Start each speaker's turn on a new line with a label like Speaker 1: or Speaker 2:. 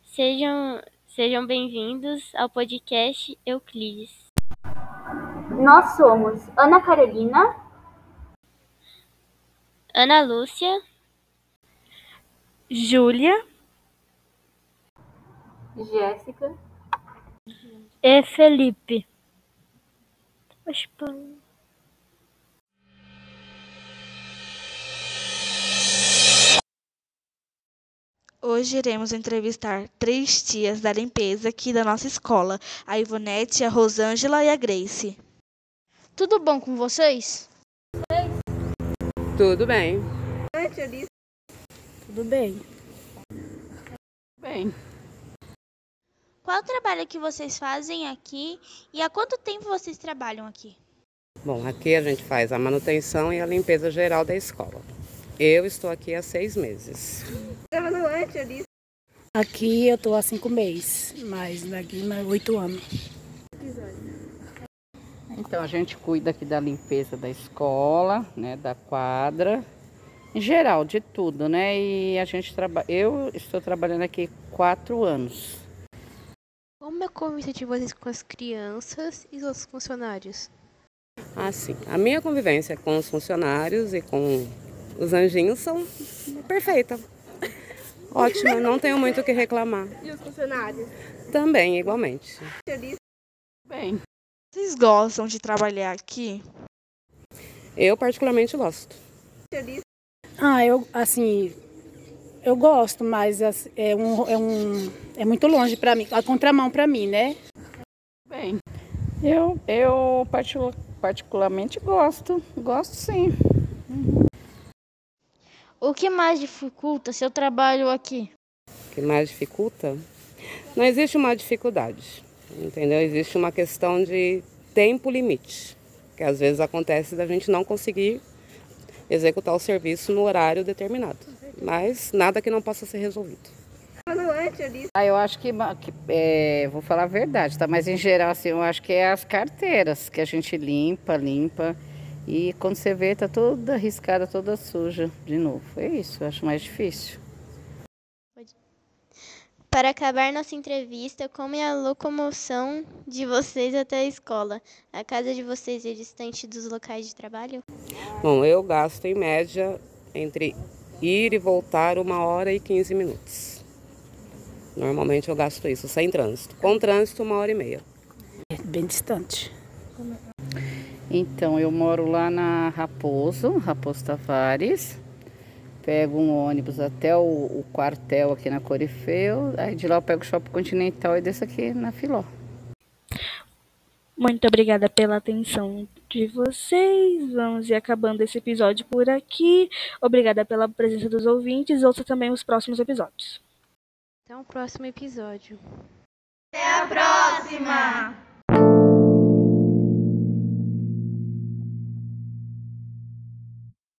Speaker 1: Sejam, sejam bem-vindos ao podcast Euclides.
Speaker 2: Nós somos Ana Carolina,
Speaker 1: Ana Lúcia,
Speaker 3: Júlia,
Speaker 2: Jéssica,
Speaker 3: e Felipe. Mas, pô,
Speaker 4: Hoje iremos entrevistar três tias da limpeza aqui da nossa escola, a Ivonete, a Rosângela e a Grace.
Speaker 5: Tudo bom com vocês?
Speaker 6: Tudo bem.
Speaker 3: tudo bem.
Speaker 6: Bem.
Speaker 5: Qual o trabalho que vocês fazem aqui e há quanto tempo vocês trabalham aqui?
Speaker 6: Bom, aqui a gente faz a manutenção e a limpeza geral da escola. Eu estou aqui há seis meses.
Speaker 3: Aqui eu tô há cinco meses, mas daqui há oito anos.
Speaker 7: Então a gente cuida aqui da limpeza da escola, né, da quadra, em geral de tudo, né? E a gente trabalha, eu estou trabalhando aqui quatro anos.
Speaker 8: Como é a convivência de vocês com as crianças e os funcionários?
Speaker 6: Assim, a minha convivência com os funcionários e com os anjinhos são perfeita. Ótima, não tenho muito o que reclamar. E os funcionários? Também, igualmente.
Speaker 7: Bem.
Speaker 4: Vocês gostam de trabalhar aqui?
Speaker 6: Eu particularmente gosto.
Speaker 3: Ah, eu, assim, eu gosto, mas as- é, um, é, um, é muito longe para mim, a contramão para mim, né?
Speaker 7: Bem. Eu, eu particu- particularmente gosto, gosto sim.
Speaker 5: O que mais dificulta seu trabalho aqui?
Speaker 6: que mais dificulta? Não existe uma dificuldade, entendeu? Existe uma questão de tempo limite, que às vezes acontece da gente não conseguir executar o serviço no horário determinado, mas nada que não possa ser resolvido.
Speaker 7: Ah, eu acho que, ma- que, é, vou falar a verdade, tá? Mas em geral, assim, eu acho que é as carteiras que a gente limpa, limpa. E quando você vê, tá toda arriscada, toda suja de novo. É isso, eu acho mais difícil.
Speaker 1: Para acabar nossa entrevista, como é a locomoção de vocês até a escola? A casa de vocês é distante dos locais de trabalho?
Speaker 6: Bom, eu gasto em média entre ir e voltar uma hora e 15 minutos. Normalmente eu gasto isso sem trânsito. Com trânsito, uma hora e meia.
Speaker 3: É bem distante.
Speaker 7: Então, eu moro lá na Raposo, Raposo Tavares. Pego um ônibus até o, o quartel aqui na Corifeu. Aí de lá eu pego o Shopping Continental e desço aqui na Filó.
Speaker 9: Muito obrigada pela atenção de vocês. Vamos ir acabando esse episódio por aqui. Obrigada pela presença dos ouvintes. Ouça também os próximos episódios.
Speaker 8: Até o próximo episódio.
Speaker 2: Próximo!